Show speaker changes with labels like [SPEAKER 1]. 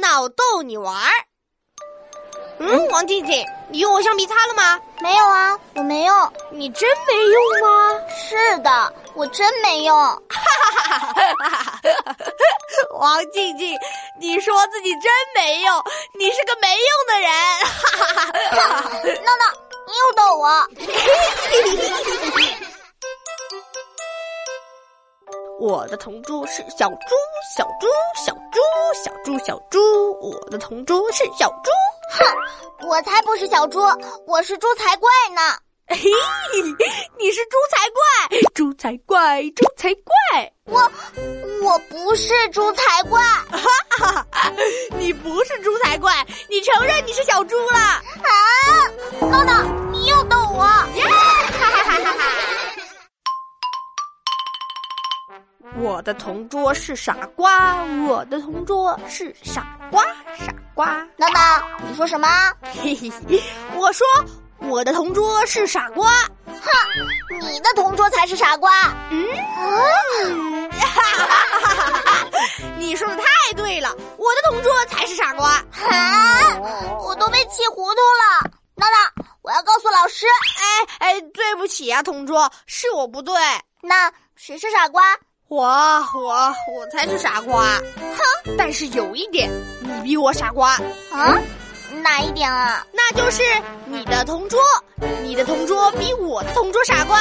[SPEAKER 1] 闹逗你玩儿。嗯，王静静，你用我橡皮擦了吗？
[SPEAKER 2] 没有啊，我没用。
[SPEAKER 1] 你真没用啊吗？
[SPEAKER 2] 是的，我真没用。
[SPEAKER 1] 王静静，你说自己真没用，你是个没用 的人。
[SPEAKER 2] 闹闹，你又逗我。
[SPEAKER 1] 我的同桌是小猪，小猪，小猪，小猪，小猪。我的同桌是小猪。
[SPEAKER 2] 哼，我才不是小猪，我是猪才怪呢。
[SPEAKER 1] 嘿，你是猪才怪，猪才怪，猪才怪。
[SPEAKER 2] 我我不是猪才怪，
[SPEAKER 1] 你不是猪才怪，你承认你是小猪了啊！
[SPEAKER 2] 闹闹，你又逗我。
[SPEAKER 1] 我的同桌是傻瓜，我的同桌是傻瓜，傻瓜。
[SPEAKER 2] 闹闹，你说什么？
[SPEAKER 1] 嘿嘿，我说我的同桌是傻瓜，
[SPEAKER 2] 哼，你的同桌才是傻瓜。啊
[SPEAKER 1] 嗯，嗯你说的太对了，我的同桌才是傻瓜。
[SPEAKER 2] 啊！
[SPEAKER 1] 哦
[SPEAKER 2] 我都被气糊涂了。闹闹，我要告诉老师。
[SPEAKER 1] 哎哎，对不起啊，同桌，是我不对。
[SPEAKER 2] 那谁是傻瓜？
[SPEAKER 1] 我我我才是傻瓜，哼！但是有一点，你比我傻瓜，
[SPEAKER 2] 啊？哪一点啊？
[SPEAKER 1] 那就是你的同桌，你的同桌比我的同桌傻瓜。